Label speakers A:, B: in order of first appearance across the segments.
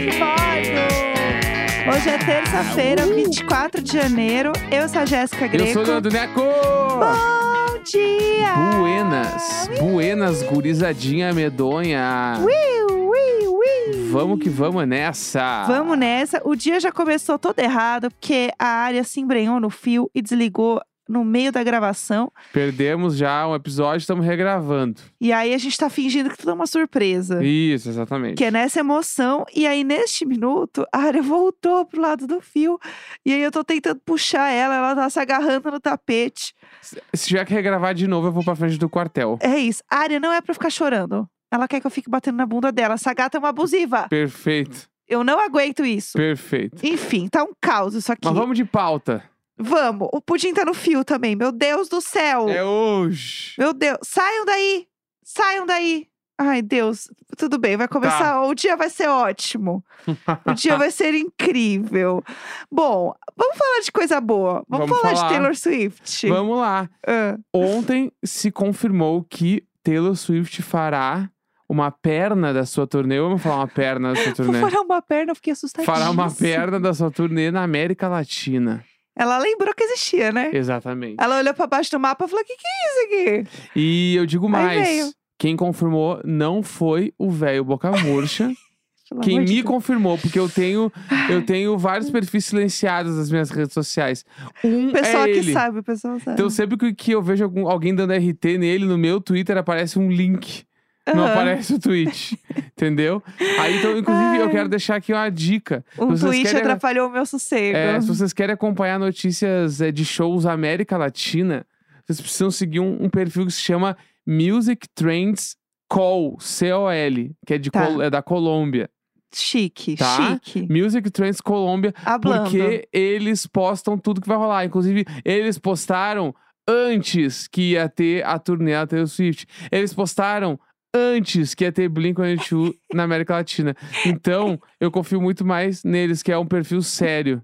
A: um Hoje é terça-feira, 24 de janeiro. Eu sou a Jéssica
B: Eu
A: Greco.
B: sou o Leandro Neco!
A: Bom dia!
B: Buenas,
A: Ui,
B: buenas, gurizadinha medonha.
A: ui, ui.
B: Vamos que vamos nessa.
A: Vamos nessa. O dia já começou todo errado, porque a área se embrenhou no fio e desligou no meio da gravação.
B: Perdemos já um episódio, estamos regravando.
A: E aí a gente tá fingindo que tudo é uma surpresa.
B: Isso, exatamente.
A: Que é nessa emoção. E aí, neste minuto, a área voltou pro lado do fio. E aí eu tô tentando puxar ela, ela tá se agarrando no tapete.
B: Se tiver que regravar de novo, eu vou pra frente do quartel.
A: É isso. A área não é pra ficar chorando. Ela quer que eu fique batendo na bunda dela. Essa gata é uma abusiva.
B: Perfeito,
A: Eu não aguento isso.
B: perfeito.
A: Enfim, tá um caos isso aqui.
B: Mas vamos de pauta.
A: Vamos. O pudim tá no fio também. Meu Deus do céu.
B: É hoje.
A: Meu Deus. Saiam daí. Saiam daí. Ai, Deus. Tudo bem,
B: Tá.
A: vai começar. O dia vai ser ótimo. O dia vai ser incrível. Bom, vamos falar de coisa boa. Vamos,
B: Vamos
A: falar,
B: falar.
A: de Taylor Swift.
B: Vamos Né? lá.
A: Ah,
B: Ontem se confirmou que Taylor Swift fará uma perna da sua turnê. Vamos falar uma perna da sua
A: vou
B: turnê.
A: falar uma perna, eu fiquei assustadíssima.
B: fará uma perna da sua turnê na América Latina.
A: Ela lembrou que existia, né?
B: Exatamente.
A: Ela olhou pra baixo do mapa e falou: o que, que é isso aqui?
B: E eu digo
A: veio.
B: mais. Quem confirmou não foi o velho Boca Murcha.
A: Pelo
B: Quem
A: amor de
B: me
A: Deus.
B: confirmou, porque eu tenho, eu tenho vários perfis silenciados nas minhas redes sociais. Um
A: Pessoal
B: é
A: que
B: ele.
A: sabe, o pessoal sabe.
B: Então sempre que- que eu vejo algum- alguém dando RT nele no meu Twitter, aparece um link. Não
A: Aham.
B: aparece o tweet, entendeu? Aí, então, inclusive, eu
A: Ai.
B: quero deixar aqui uma dica.
A: Um
B: vocês
A: tweet
B: querem-
A: atrapalhou o meu sossego.
B: É, se vocês querem acompanhar notícias é, de shows América Latina, vocês precisam seguir um, um perfil que se chama Music Trends Call, C-O-L, que é, de
A: Tá.
B: Col- é da Colômbia.
A: Chique,
B: Tá?
A: chique.
B: Music Trends Colômbia,
A: Hablando.
B: porque eles postam tudo que vai rolar. Inclusive, eles postaram antes que ia ter a turnê da Taylor Swift. Eles postaram antes que ia ter Blink-182 na América Latina. Então, eu confio muito mais neles, que é um perfil sério.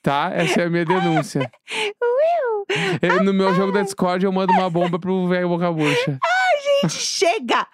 B: Tá? Essa é a minha denúncia. Eu, no meu jogo da Discord, eu mando uma bomba pro velho Boca Murcha.
A: Gente, chega!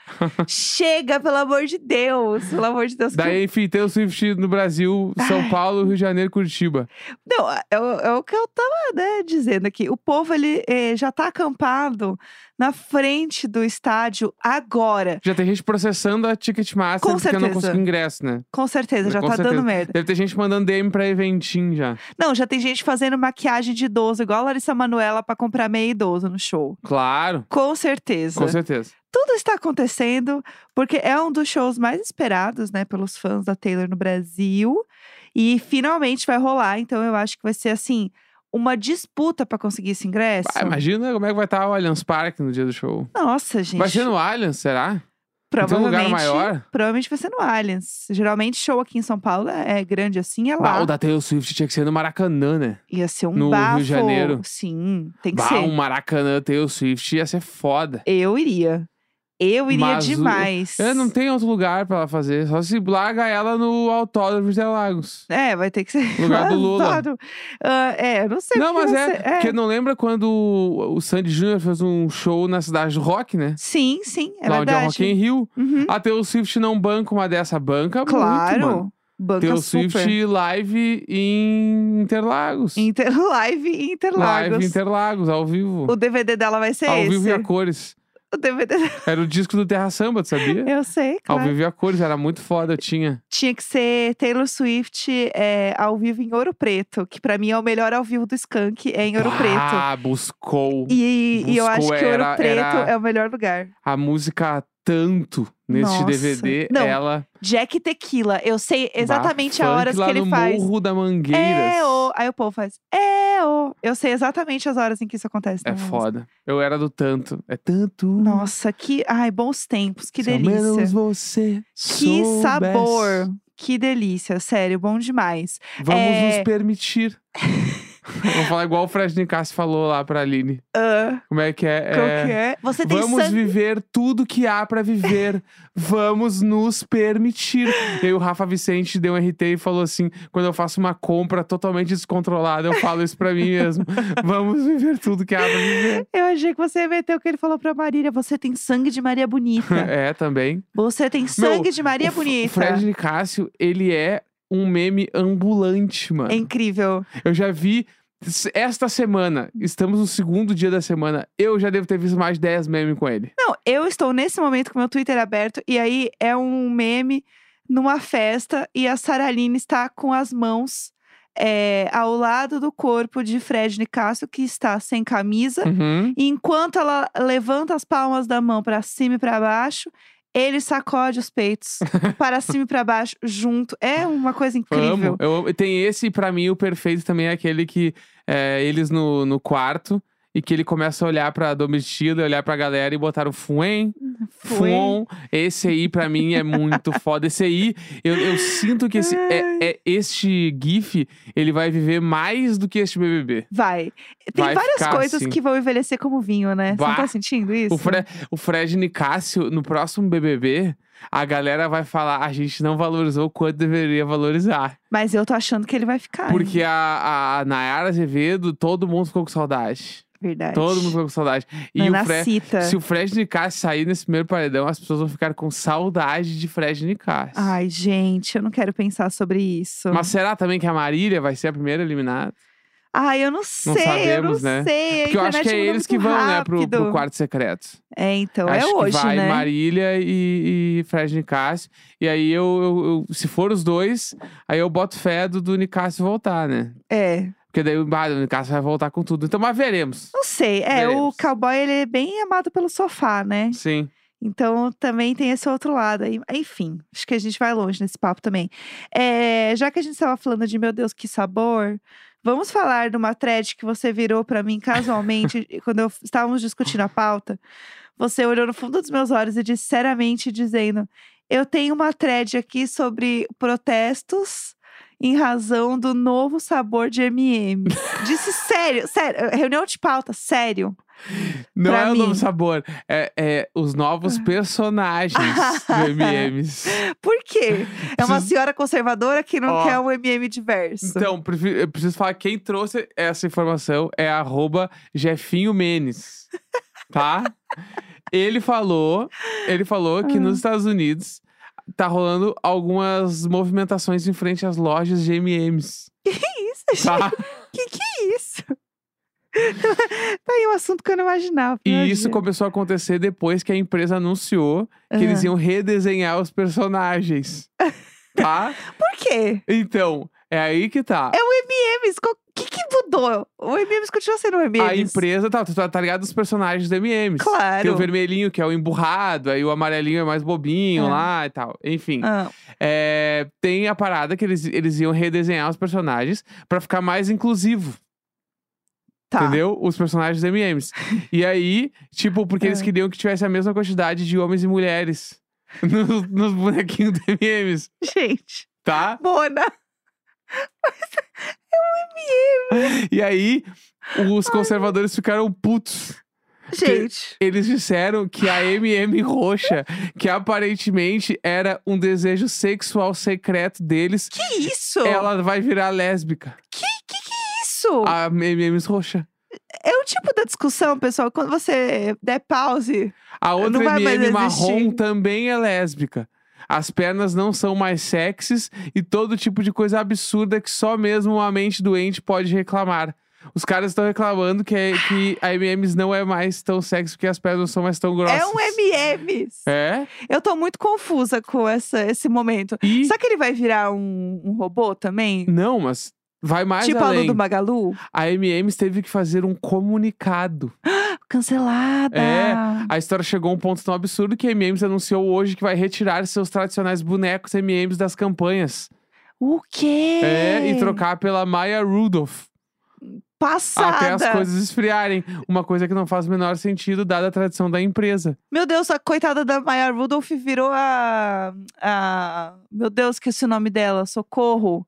A: chega, pelo amor de Deus. Pelo amor de Deus.
B: Daí, enfim, Taylor Swift no Brasil, São
A: Ai.
B: Paulo, Rio de Janeiro, Curitiba.
A: Não, é, o- é o que eu tava né, dizendo aqui. O povo ele, eh, já tá acampado na frente do estádio agora.
B: Já tem gente processando a Ticketmaster
A: Com
B: porque eu não
A: certeza.
B: consigo ingresso, né?
A: Com certeza, já
B: Com
A: tá
B: certeza.
A: dando merda.
B: Deve ter gente mandando DM pra eventim já.
A: Não, já tem gente fazendo maquiagem de idoso, igual a Larissa Manuela, pra comprar meia idoso no show.
B: Claro,
A: Com certeza.
B: com certeza.
A: Tudo está acontecendo porque é um dos shows mais esperados, né, pelos fãs da Taylor no Brasil e finalmente vai rolar. Então eu acho que vai ser assim uma disputa pra conseguir esse ingresso.
B: Ah, imagina como é que vai estar o Allianz Parque no dia do show.
A: Nossa, gente.
B: Vai ser no Allianz, será? Não Tem um
A: provavelmente,
B: lugar maior?
A: provavelmente vai ser no Allianz. Geralmente show aqui em São Paulo é grande assim, é
B: Bah,
A: lá.
B: o da Taylor Swift tinha que ser no Maracanã, né?
A: Ia ser um
B: no Rio de
A: bafo.
B: Janeiro.
A: Sim, tem que
B: Bah,
A: ser.
B: um Maracanã Taylor Swift ia ser foda.
A: Eu iria. Eu iria
B: Mas o-
A: demais.
B: É, não tem outro lugar pra ela fazer. Só se larga ela no Autódromo de Lagos.
A: É, vai ter que ser.
B: Lugar do Lula.
A: Claro. Ah, é, eu não sei.
B: não,
A: o que
B: mas
A: vai
B: é,
A: ser. é.
B: Porque não lembra quando o o Sandy Júnior fez um show na cidade do rock, né?
A: Sim, sim, é
B: lá onde é o
A: verdade.
B: Rock in Rio.
A: Uhum,
B: A Taylor Swift não banca uma dessa banca muito, mano.
A: Claro. Banca
B: Taylor
A: Tá super.
B: Swift live em Interlagos.
A: Inter... Live em Interlagos.
B: Live em Interlagos, ao vivo.
A: O DVD dela vai ser
B: ao
A: esse.
B: vivo e a cores.
A: O DVD dela-
B: Era o disco do Terra Samba, tu sabia?
A: Eu sei,
B: Ao
A: claro.
B: vivo e a cores, era muito foda, eu tinha.
A: Tinha que ser Taylor Swift é, ao vivo em Ouro Preto, que pra mim é o melhor ao vivo do Skank, é em Ouro Preto.
B: Ah, buscou
A: E, e eu acho
B: buscou,
A: que Ouro
B: era-
A: Preto
B: era-
A: é o melhor lugar.
B: a música tanto neste
A: Nossa.
B: DVD.
A: Não,
B: ela
A: Jack Tequila, eu sei exatamente
B: bah,
A: a
B: funk
A: horas
B: lá
A: que ele
B: no
A: faz.
B: Morro da Mangueiras.
A: É, o... Aí o povo faz, é, o... Eu sei exatamente as horas em que isso acontece.
B: É
A: na música.
B: foda. Eu era do tanto. É tanto.
A: Nossa, que. Ai, bons tempos, que
B: Se ao menos
A: delícia.
B: você
A: Que
B: soubesse.
A: sabor. Que delícia, sério, bom demais.
B: Vamos
A: É.
B: nos permitir. Vou falar igual o Fred Nicasse falou lá pra Aline.
A: Ah,
B: Como é que é?
A: qual
B: É,
A: que é? Você tem
B: Vamos
A: sangue.
B: viver tudo que há pra viver. Vamos nos permitir. E aí o Rafa Vicente deu um RT e falou assim: quando eu faço uma compra totalmente descontrolada, eu falo isso pra mim mesmo. Vamos viver tudo que há pra viver.
A: Eu achei que você ia meter o que ele falou pra Marília. Você tem sangue de Maria Bonita.
B: É, também.
A: Você tem sangue de Maria
B: o F-
A: Bonita.
B: O Fred Nicásio, ele é um meme ambulante, mano.
A: É incrível.
B: Eu já vi s- esta semana, estamos no segundo dia da semana, eu já devo ter visto mais de 10 memes com ele.
A: Não, eu estou nesse momento com meu Twitter aberto e aí é um meme numa festa e a Saraline está com as mãos é, ao lado do corpo de Fred Nicasso, que está sem camisa.
B: Uhum.
A: E enquanto ela levanta as palmas da mão para cima e para baixo, ele sacode os peitos para cima e para baixo junto. É uma coisa incrível.
B: Amo. Eu amo. Tem esse, e pra mim, o perfeito também é aquele que é, eles no, no quarto e que ele começa a olhar pra Domitila, olhar pra galera e botar o Fuen,
A: Foi.
B: Fuon. Esse aí, pra mim, é muito foda. Esse aí, eu, eu sinto que esse, é, é- este GIF, ele vai viver mais do que este BBB.
A: Vai. Tem
B: Vai
A: várias
B: ficar
A: coisas
B: assim.
A: que vão envelhecer como vinho, né? Você não
B: Bah.
A: tá sentindo isso?
B: O, Fre o Fred Nicásio, no próximo BBB, a galera vai falar: a gente não valorizou o quanto deveria valorizar.
A: Mas eu tô achando que ele vai ficar.
B: Porque a, a Nayara Azevedo, todo mundo ficou com saudade.
A: hein? Verdade. é
B: Todo mundo ficou com saudade. E
A: Ana
B: o Fred.
A: Cita.
B: Se o Fred Nicásio sair nesse primeiro paredão, as pessoas vão ficar com saudade de Fred Nicásio.
A: Ai, gente, eu não quero pensar sobre isso.
B: Mas será também que a Marília vai ser a primeira eliminada?
A: Ai, eu não sei, eu não
B: sabemos, né?
A: sei. A
B: Porque eu acho
A: internet
B: que é
A: muda
B: eles que
A: muito
B: vão, né, pro, pro
A: rápido.
B: quarto secreto.
A: É, então,
B: acho
A: é hoje,
B: que vai
A: né?
B: Marília e, e Fred Nicásio. E aí eu, eu- eu- se for os dois, aí eu boto fé do, do Nicásio voltar, né?
A: É.
B: Porque daí bah, o Nicásio vai voltar com tudo. Então, mas veremos.
A: Não sei. É, o
B: Veremos.
A: cowboy, ele é bem amado pelo sofá, né?
B: Sim.
A: Então, também tem esse outro lado aí. Enfim, acho que a gente vai longe nesse papo também. É, já que a gente estava falando de, meu Deus, que sabor. Vamos falar de uma thread que você virou para mim casualmente, quando eu, estávamos discutindo a pauta. Você olhou no fundo dos meus olhos e disse, seriamente, dizendo... Eu tenho uma thread aqui sobre protestos em razão do novo sabor de M&M. disse sério, sério. Reunião de pauta, sério.
B: Não
A: Pra
B: é o
A: mim.
B: novo sabor. É, é os novos personagens do MMs.
A: Por quê? É uma
B: Preciso-
A: senhora conservadora que não
B: Ó.
A: quer um MM diverso.
B: Então, prefi- eu preciso falar, quem trouxe essa informação é arroba Jefinho Menes, tá? ele falou, ele falou
A: Ah.
B: que nos Estados Unidos tá rolando algumas movimentações em frente às lojas de M&M's,
A: isso,
B: tá?
A: que que é isso? tá aí um assunto que eu não imaginava.
B: E
A: imagina.
B: isso começou a acontecer depois que a empresa anunciou que eles
A: Ah.
B: iam redesenhar os personagens, tá?
A: Por quê?
B: Então, é aí que tá.
A: É MMs, o que que mudou? O MMs continua sendo um MMs.
B: A empresa, tá, tá, tá ligado? Os personagens do M&M's.
A: Claro.
B: Tem o vermelhinho, que é o emburrado, aí o amarelinho é mais bobinho
A: É.
B: lá e tal. Enfim,
A: Ah,
B: é, tem a parada que eles, eles iam redesenhar os personagens pra ficar mais inclusivo,
A: tá.
B: entendeu? Os personagens do M&M's. e aí, tipo, porque eles
A: É.
B: queriam que tivesse a mesma quantidade de homens e mulheres nos, nos bonequinhos do M&M's,
A: Gente,
B: tá?
A: Mona.
B: E aí, os conservadores ficaram putos.
A: Gente,
B: Eles disseram que a MM roxa, que aparentemente era um desejo sexual secreto deles,
A: que isso?
B: ela vai virar lésbica.
A: Que, que que é isso?
B: A MM roxa.
A: É o tipo da discussão, pessoal, quando você der pause.
B: A outra
A: vai mais
B: MM marrom
A: existir.
B: também é lésbica. As pernas não são mais sexys e todo tipo de coisa absurda que só mesmo uma mente doente pode reclamar. Os caras estão reclamando que, é- que a MMs não é mais tão sexy porque as pernas não são mais tão grossas.
A: É um MMs.
B: É?
A: Eu tô muito confusa com essa, esse momento.
B: E.
A: Será que ele vai virar um, um robô também?
B: Não, mas vai mais
A: tipo a
B: além.
A: Lu do Magalu?
B: A MMs teve que fazer um comunicado.
A: Cancelada!
B: É. A história chegou a um ponto tão absurdo que a MMs anunciou hoje que vai retirar seus tradicionais bonecos MMs das campanhas.
A: O quê?
B: É, e trocar pela Maya Rudolph.
A: Passada!
B: Até as coisas esfriarem. Uma coisa que não faz o menor sentido, dada a tradição da empresa.
A: Meu Deus, a coitada da Maya Rudolph virou a, a... Meu Deus, esqueci o nome dela. Socorro.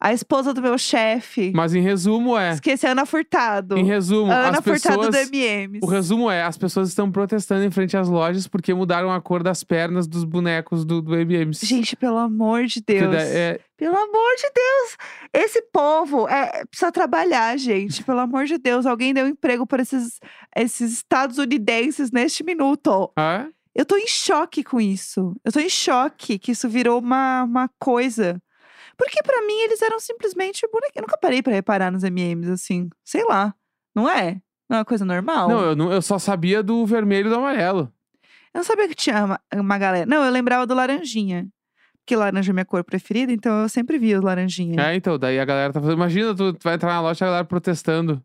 A: A esposa do meu chefe.
B: Mas em resumo é.
A: Esqueci, a Ana Furtado.
B: Em resumo,
A: a Ana
B: as
A: Furtado
B: pessoas.
A: do MMs.
B: O resumo é, as pessoas estão protestando em frente às lojas porque mudaram a cor das pernas dos bonecos do, do MMs.
A: Gente, pelo amor de
B: Que
A: Deus.
B: da- é-
A: Pelo amor de Deus! Esse povo é, precisa trabalhar, gente. Pelo amor de Deus, alguém deu emprego para esses, esses estadunidenses neste minuto.
B: Hã?
A: Eu tô em choque com isso. Eu tô em choque que isso virou uma, uma coisa. Porque pra mim eles eram simplesmente bonequinhos. Eu nunca parei pra reparar nos MMs, assim. Sei lá. Não é? Não é uma coisa normal?
B: Não,
A: eu...
B: eu, não- eu só sabia do vermelho e do amarelo.
A: não sabia que tinha uma, uma galera. Não, eu lembrava do laranjinha. Porque laranja é minha cor preferida, então eu sempre via os laranjinha.
B: É, então, daí a galera tá fazendo. Imagina, tu, tu vai entrar na loja e a galera protestando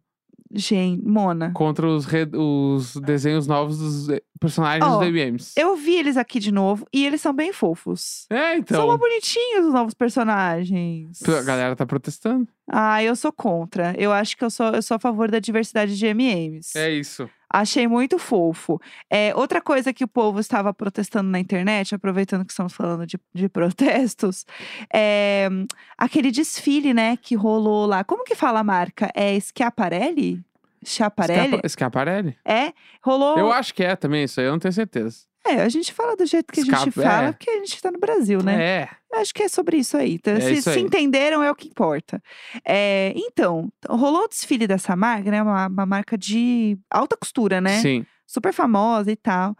A: Gente, Mona.
B: contra os, re- os desenhos novos dos eh, personagens
A: Ó,
B: do MMs.
A: Eu vi eles aqui de novo e eles são bem fofos.
B: É,
A: São mó
B: então.
A: bonitinhos os novos personagens.
B: A galera tá protestando.
A: Ah, eu sou contra. Eu acho que eu sou, eu sou a favor da diversidade de MMs.
B: É isso.
A: Achei muito fofo. É, outra coisa que o povo estava protestando na internet, aproveitando que estamos falando de, de protestos, é hum, aquele desfile, né, que rolou lá. Como que fala a marca? É Schiaparelli? Schiaparelli?
B: Escapa- Escaparelli?
A: É, rolou.
B: Eu acho que é também, isso aí eu não tenho certeza.
A: É, a gente fala do jeito que a gente
B: Escapa-
A: fala,
B: é.
A: porque a gente tá no Brasil, né?
B: É.
A: Acho que é sobre isso aí. Então,
B: É
A: se,
B: isso
A: se
B: aí.
A: entenderam, é o que importa. É, então, rolou o desfile dessa marca, né? Uma, uma marca de alta costura, né?
B: Sim.
A: Super famosa e tal.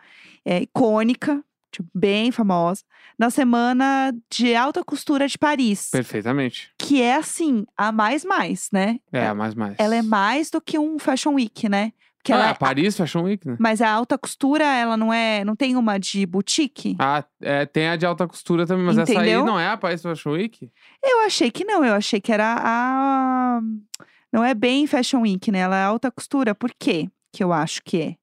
A: É, icônica, tipo, bem famosa. Na semana de alta costura de Paris.
B: Perfeitamente.
A: Que é, assim, a mais mais, né?
B: É, mais mais.
A: Ela é mais do que um Fashion Week, né? Porque
B: ah,
A: ela é-
B: Paris Fashion Week, né?
A: Mas a alta costura, ela não é... Não tem uma de boutique?
B: Ah, é, tem a de alta costura também, mas essa
A: Entendeu?
B: aí não é a Paris Fashion Week?
A: Eu achei que não, eu achei que era a. Não é bem Fashion Week, né? Ela é alta costura. Por quê que eu acho que é?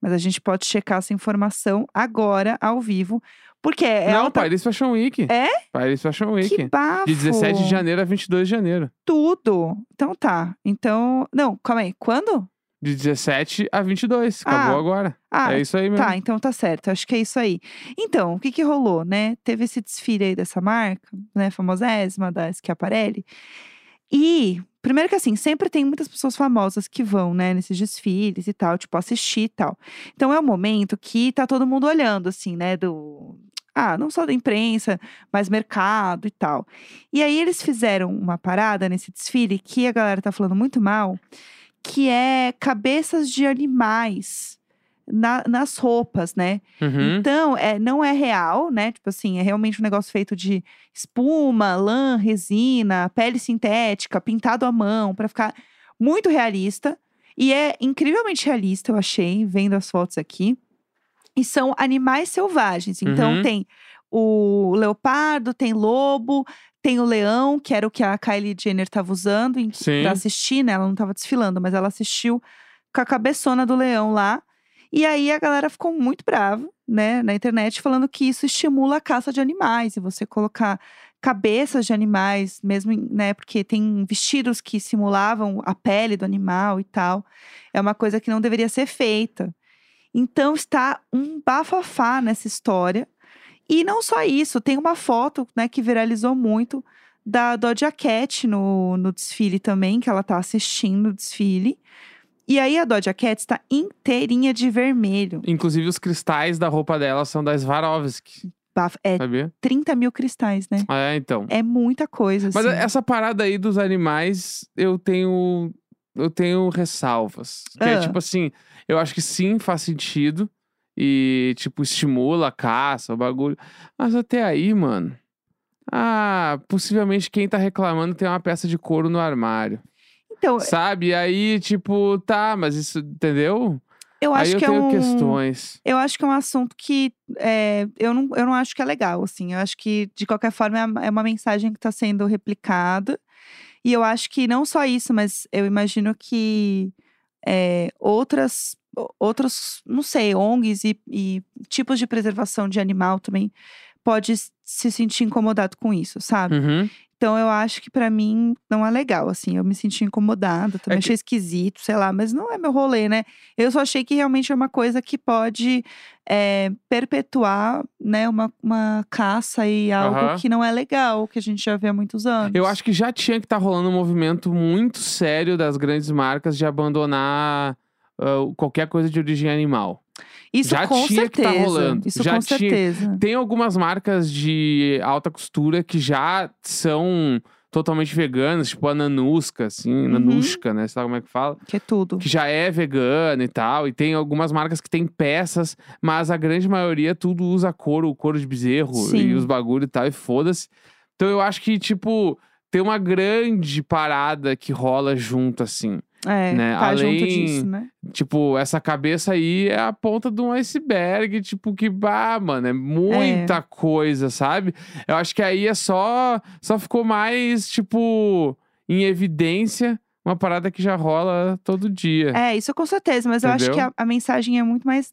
A: Mas a gente pode checar essa informação agora, ao vivo. Porque é
B: não,
A: alta...
B: Paris Fashion Week.
A: É?
B: Paris Fashion Week.
A: Que bafo!
B: De 17 de janeiro a 22 de janeiro.
A: Tudo! Então tá. Então... Não, calma aí. Quando?
B: De 17 a 22. Acabou
A: Ah,
B: agora.
A: Ah,
B: é isso aí mesmo.
A: Tá, então tá certo. Acho que é isso aí. Então, o que que rolou, né? Teve esse desfile aí dessa marca, né? Famosésima, da Schiaparelli. E, primeiro que assim, sempre tem muitas pessoas famosas que vão, né? Nesses desfiles e tal, tipo, assistir e tal. Então, é um momento que tá todo mundo olhando, assim, né? Do... Ah, não só da imprensa, mas mercado e tal. E aí, eles fizeram uma parada nesse desfile que a galera tá falando muito mal, que é cabeças de animais na- nas roupas, né?
B: Uhum.
A: Então, é, não é real, né? Tipo assim, é realmente um negócio feito de espuma, lã, resina, pele sintética, pintado à mão, pra ficar muito realista. E é incrivelmente realista, eu achei, vendo as fotos aqui. E são animais selvagens. Então,
B: Uhum.
A: tem o leopardo, tem lobo, tem o leão, que era o que a Kylie Jenner tava usando em,
B: Sim.
A: pra assistir, né? Ela não tava desfilando, mas ela assistiu com a cabeçona do leão lá. E aí a galera ficou muito brava, né, na internet, falando que isso estimula a caça de animais. E você colocar cabeças de animais, mesmo, em- né, porque tem vestidos que simulavam a pele do animal e tal. É uma coisa que não deveria ser feita. Então está um bafafá nessa história. E não só isso, tem uma foto, né, que viralizou muito da Doja Cat no, no desfile também, que ela tá assistindo o desfile. E aí a Doja Cat está inteirinha de vermelho.
B: Inclusive, os cristais da roupa dela são da Swarovski,
A: Bafo- É
B: sabia?
A: 30 mil cristais, né?
B: É, então.
A: É muita coisa,
B: Mas é,
A: assim.
B: essa parada aí dos animais, eu tenho. Eu tenho ressalvas. Que é
A: Ah.
B: tipo assim, eu acho que sim, faz sentido. E, tipo, estimula a caça, o bagulho. Mas até aí, mano. Ah, possivelmente quem tá reclamando tem uma peça de couro no armário.
A: Então,
B: Sabe? E aí, tipo, tá, mas isso, entendeu?
A: eu acho
B: aí eu
A: que é
B: tenho
A: um...
B: questões.
A: Eu acho que é um assunto que é, eu, não, eu não acho que é legal, assim. Eu acho que, de qualquer forma, é uma- é uma mensagem que está sendo replicada. E eu acho que não só isso, mas eu imagino que é, outras, o- outros, não sei, ONGs e, e tipos de preservação de animal também pode s- se sentir incomodado com isso, sabe?
B: Uhum.
A: Então eu acho que pra mim não é legal, assim. Eu me senti incomodada, também
B: É que-
A: achei esquisito, sei lá, mas não é meu rolê, né? Eu só achei que realmente é uma coisa que pode é, perpetuar, né, uma, uma caça e algo
B: Aham.
A: que não é legal, que a gente já vê há muitos anos.
B: Eu acho que já tinha que estar rolando um movimento muito sério das grandes marcas de abandonar ah, qualquer coisa de origem animal.
A: Isso
B: já
A: com
B: tinha que tá
A: certeza.
B: rolando,
A: Isso
B: já
A: com
B: tinha-
A: certeza.
B: Tem algumas marcas de alta costura que já são totalmente veganas, tipo a Nanuska, assim,
A: Uhum.
B: Nanushka, né? Sei lá como é que fala.
A: Que é tudo.
B: Que já é vegana e tal. E tem algumas marcas que tem peças, mas a grande maioria tudo usa couro, couro de bezerro
A: Sim.
B: e os bagulho e tal, e foda-se. Então eu acho que, tipo, tem uma grande parada que rola junto, assim.
A: É,
B: né,
A: tá junto
B: além-
A: disso, né?
B: Tipo, essa cabeça aí é a ponta de um iceberg, tipo, que, bah, mano, é muita coisa, sabe? Eu acho que aí é só, só ficou mais, tipo, em evidência uma parada que já rola todo dia.
A: É, isso com certeza, mas eu acho que
B: Entendeu?
A: a, a mensagem é muito mais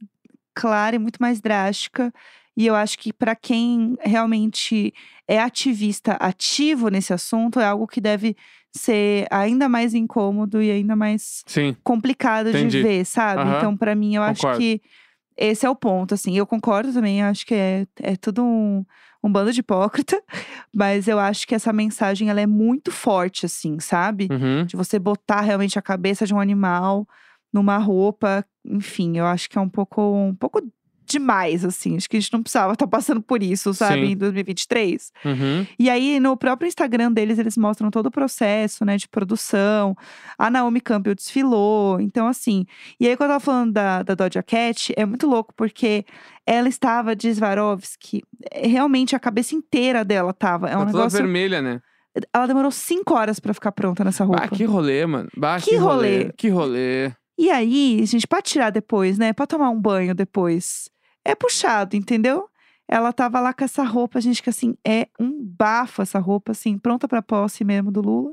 A: clara e muito mais drástica. E eu acho que pra quem realmente é ativista, ativo nesse assunto, é algo que deve ser ainda mais incômodo e ainda mais
B: Sim,
A: complicado de
B: Entendi.
A: ver, sabe?
B: Aham.
A: Então, pra mim, eu acho
B: Concordo.
A: que esse é o ponto, assim. Eu concordo também, eu acho que é, é tudo um, um bando de hipócrita, mas eu acho que essa mensagem, ela é muito forte, assim, sabe?
B: uhum.
A: De você botar realmente a cabeça de um animal numa roupa, enfim, eu acho que é um pouco, um pouco demais, assim. Acho que a gente não precisava estar passando por isso, sabe,
B: Sim.
A: em 2023.
B: uhum.
A: E aí, no próprio Instagram deles, eles mostram todo o processo, né, de produção. A Naomi Campbell desfilou, então assim. E aí, quando eu tava falando da, da Doja Cat, é muito louco, porque ela estava de Swarovski. É, Realmente, a cabeça inteira dela tava. É um
B: tá toda
A: negócio…
B: vermelha, né?
A: Ela demorou cinco horas pra ficar pronta nessa roupa.
B: Bah, que rolê, mano. Bah,
A: Que rolê.
B: Que rolê.
A: E aí, gente, pra tirar depois, né, pra tomar um banho depois, é puxado, entendeu? Ela tava lá com essa roupa, gente, que assim, é um bafo essa roupa, assim, pronta pra posse mesmo do Lula.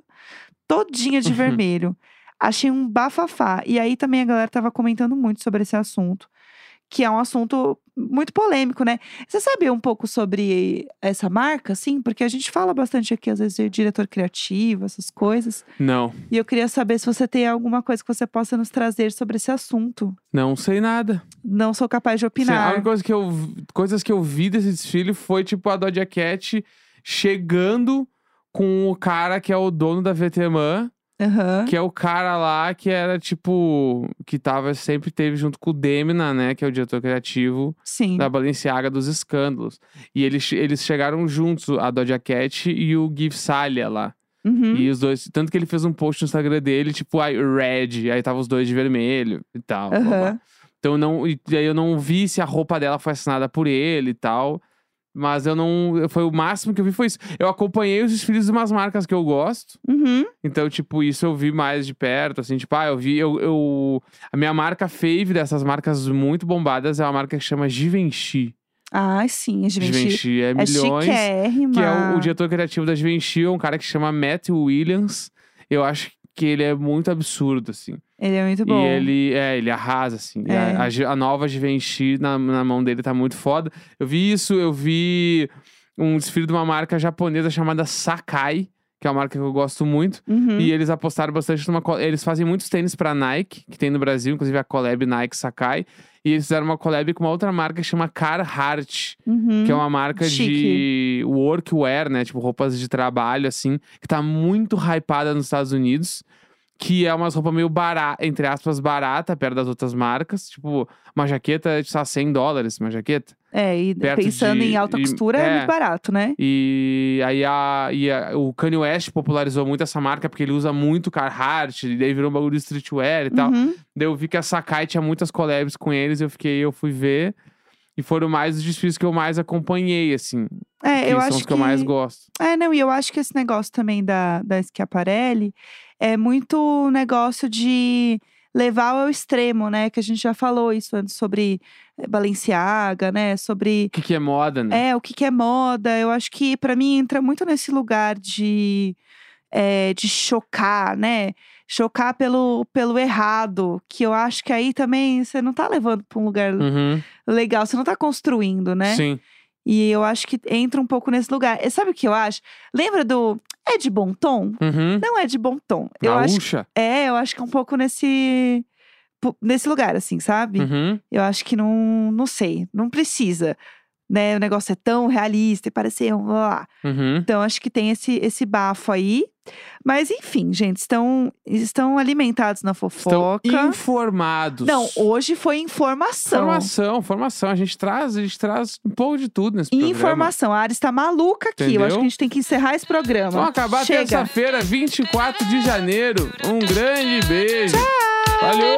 A: Todinha de vermelho. Achei um bafafá. E aí também a galera tava comentando muito sobre esse assunto, que é um assunto muito polêmico, né? Você sabe um pouco sobre essa marca, assim? Porque a gente fala bastante aqui, às vezes, de diretor criativo, essas coisas.
B: Não,
A: E eu queria saber se você tem alguma coisa que você possa nos trazer sobre esse assunto.
B: não sei nada.
A: Não sou capaz de
B: Sei- A
A: opinar.
B: única coisa que eu, vi- coisas que eu vi desse desfile foi, tipo, a Doja Cat chegando com o cara que é o dono da Vetemã,
A: Aham.
B: que é o cara lá que era, tipo, que tava, sempre teve junto com o Demna, né, que é o diretor criativo
A: Sim.
B: da Balenciaga dos escândalos. E eles, che- eles chegaram juntos, a Doja Cat e o Gui Salha lá.
A: Uhum.
B: E os dois. Tanto que ele fez um post no Instagram dele, tipo, ai, red. Aí tava os dois de vermelho e tal. blá, blá.
A: Aham.
B: Então eu não. E e aí eu não vi se a roupa dela foi assinada por ele e tal. Mas eu não. eu- Foi o máximo que eu vi foi isso. Eu acompanhei os desfiles de umas marcas que eu gosto.
A: Uhum.
B: Então, tipo, isso eu vi mais de perto, assim, tipo, ah, eu vi. Eu, eu- a minha marca fave dessas marcas muito bombadas é uma marca que chama Givenchy.
A: Ai, sim, é Givenchy.
B: é
A: É
B: milhões.
A: chiquérrima.
B: Que é o, o diretor criativo da Givenchy, é um cara que chama Matt Williams. Eu acho que ele é muito absurdo, assim.
A: Ele é muito bom.
B: E ele, é, ele arrasa, assim. E
A: É.
B: A, a Gi- a nova Givenchy na, na mão dele tá muito foda. Eu vi isso, eu vi um desfile de uma marca japonesa chamada Sakai, que é uma marca que eu gosto muito.
A: Uhum.
B: E eles apostaram bastante numa... co- Eles fazem muitos tênis pra Nike, que tem no Brasil. Inclusive a collab Nike Sakai. E eles fizeram uma collab com uma outra marca que chama Carhartt
A: Uhum.
B: que é uma marca
A: Chique.
B: de workwear, né? Tipo, roupas de trabalho, assim, que tá muito hypada nos Estados Unidos. Que é umas roupas meio barata, entre aspas, barata, perto das outras marcas. Tipo, uma jaqueta tipo, de 100 dólares, uma jaqueta.
A: É, e
B: um perto
A: pensando
B: de-
A: em alta
B: e-
A: costura, é.
B: é.
A: muito barato, né?
B: E aí a, e a- o Kanye West popularizou muito essa marca, porque ele usa muito Carhartt, e daí virou um bagulho de streetwear e tal.
A: Uhum.
B: Daí eu vi que a Sakai tinha muitas collabs com eles, eu fiquei, eu fui ver. E foram mais os desfiles que eu mais acompanhei, assim.
A: É, eu
B: que
A: acho
B: são os que, eu mais gosto.
A: É, não, e eu acho que esse negócio também da, da Schiaparelli é muito negócio de levar ao extremo, né? Que a gente já falou isso antes sobre eh, Balenciaga, né? Sobre
B: O que, que é moda, né?
A: é, o que, que é moda. Eu acho que pra mim entra muito nesse lugar de, é, de chocar, né? Chocar pelo, pelo errado. Que eu acho que aí também você não tá levando pra um lugar
B: Uhum,
A: legal, você não tá construindo, né?
B: Sim.
A: E eu acho que entra um pouco nesse lugar. E sabe o que eu acho? Lembra do. É de bom tom?
B: Uhum.
A: Não é de bom tom. Eu acho,
B: Gaúcha.
A: é, eu acho que é um pouco nesse. pu- Nesse lugar, assim, sabe?
B: Uhum.
A: Eu acho que não. Não sei. Não precisa. Né? O negócio é tão realista e parecer. um Lá, lá.
B: Uhum.
A: Então, acho que tem esse, esse bafo aí. Mas, enfim, gente, estão, estão alimentados na
B: Estão
A: fofoca.
B: informados.
A: Não, hoje foi informação.
B: Formação, formação. A gente traz, a gente traz um pouco de tudo nesse programa.
A: Informação. A área está maluca aqui. Eu acho
B: Entendeu?
A: que a gente tem que encerrar esse programa.
B: Vamos acabar
A: Chega.
B: terça-feira, 24 de janeiro. Um grande beijo. Valeu!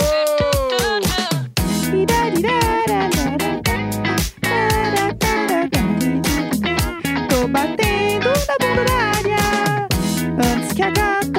A: Tô batendo na bunda da que a gata.